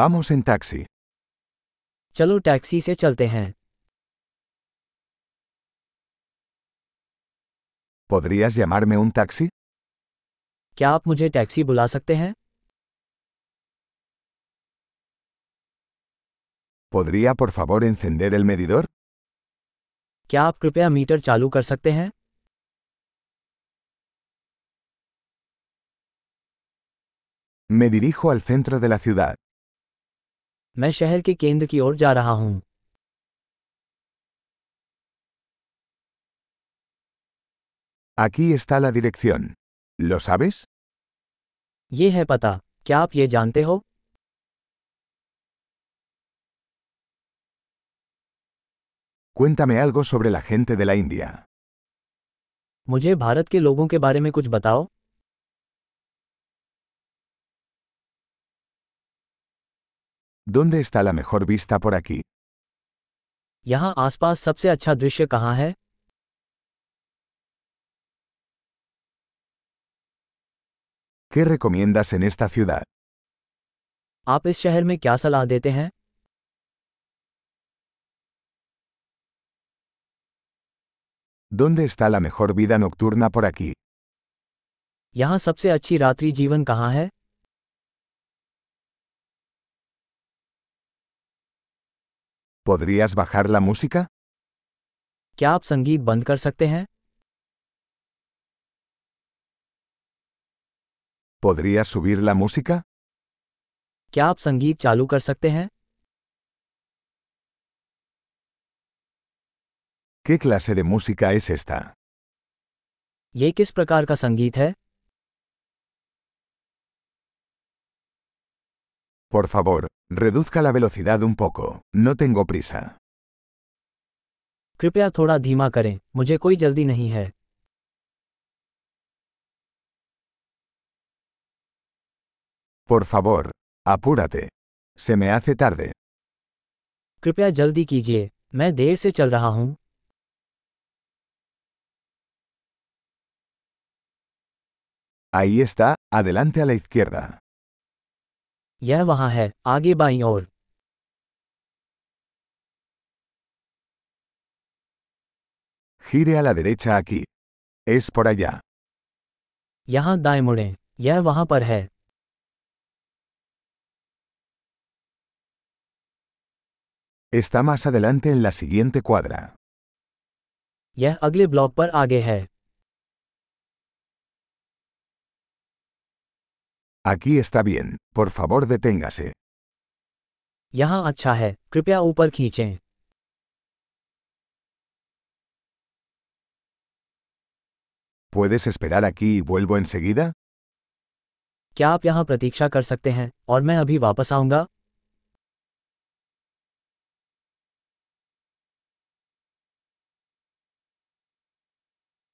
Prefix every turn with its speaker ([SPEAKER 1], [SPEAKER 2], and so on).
[SPEAKER 1] Vamos en taxi.
[SPEAKER 2] चलो टैक्सी से चलते हैं
[SPEAKER 1] ¿Podrías llamarme un taxi?
[SPEAKER 2] क्या आप मुझे टैक्सी बुला सकते हैं
[SPEAKER 1] ¿Podría por favor encender el medidor?
[SPEAKER 2] क्या आप कृपया मीटर चालू कर सकते हैं
[SPEAKER 1] Me dirijo al centro de la ciudad.
[SPEAKER 2] मैं शहर के केंद्र की ओर जा रहा हूँ
[SPEAKER 1] Aquí está la dirección. ¿Lo sabes?
[SPEAKER 2] ये है पता क्या आप ये जानते हो
[SPEAKER 1] Cuéntame algo sobre la gente de la India.
[SPEAKER 2] मुझे भारत के लोगों के बारे में कुछ बताओ
[SPEAKER 1] ¿Dónde está la mejor vista por aquí?
[SPEAKER 2] यहाँ आसपास सबसे अच्छा दृश्य कहाँ है
[SPEAKER 1] ¿Qué recomiendas en esta ciudad?
[SPEAKER 2] आप इस शहर में क्या सलाह देते हैं
[SPEAKER 1] ¿Dónde está la mejor vida nocturna por aquí?
[SPEAKER 2] यहाँ सबसे अच्छी रात्रि जीवन कहाँ है
[SPEAKER 1] ¿Podrías bajar la música?
[SPEAKER 2] क्या आप संगीत बंद कर सकते हैं
[SPEAKER 1] ¿Podrías subir la música?
[SPEAKER 2] क्या आप संगीत चालू कर सकते हैं
[SPEAKER 1] ¿Qué clase de música es esta?
[SPEAKER 2] ये किस प्रकार का संगीत है
[SPEAKER 1] Por favor, reduzca la velocidad un poco. No tengo prisa.
[SPEAKER 2] कृपया थोड़ा धीमा करें मुझे कोई जल्दी नहीं है
[SPEAKER 1] Por favor, apúrate. Se me hace tarde.
[SPEAKER 2] कृपया जल्दी कीजिए मैं देर से चल रहा हूँ
[SPEAKER 1] Ahí está, adelante a la izquierda.
[SPEAKER 2] यह वहाँ है आगे बाईं ओर
[SPEAKER 1] Gire a la derecha aquí. Es por allá.
[SPEAKER 2] यहाँ दाएं मुड़ें यह वहाँ पर है
[SPEAKER 1] Está más adelante en la siguiente cuadra.
[SPEAKER 2] यह अगले ब्लॉक पर आगे है
[SPEAKER 1] Aquí está bien. Por favor, deténgase.
[SPEAKER 2] यहाँ अच्छा है कृपया ऊपर खींचें
[SPEAKER 1] ¿Puedes esperar aquí y vuelvo enseguida?
[SPEAKER 2] क्या आप यहाँ प्रतीक्षा कर सकते हैं और मैं अभी वापस आऊँगा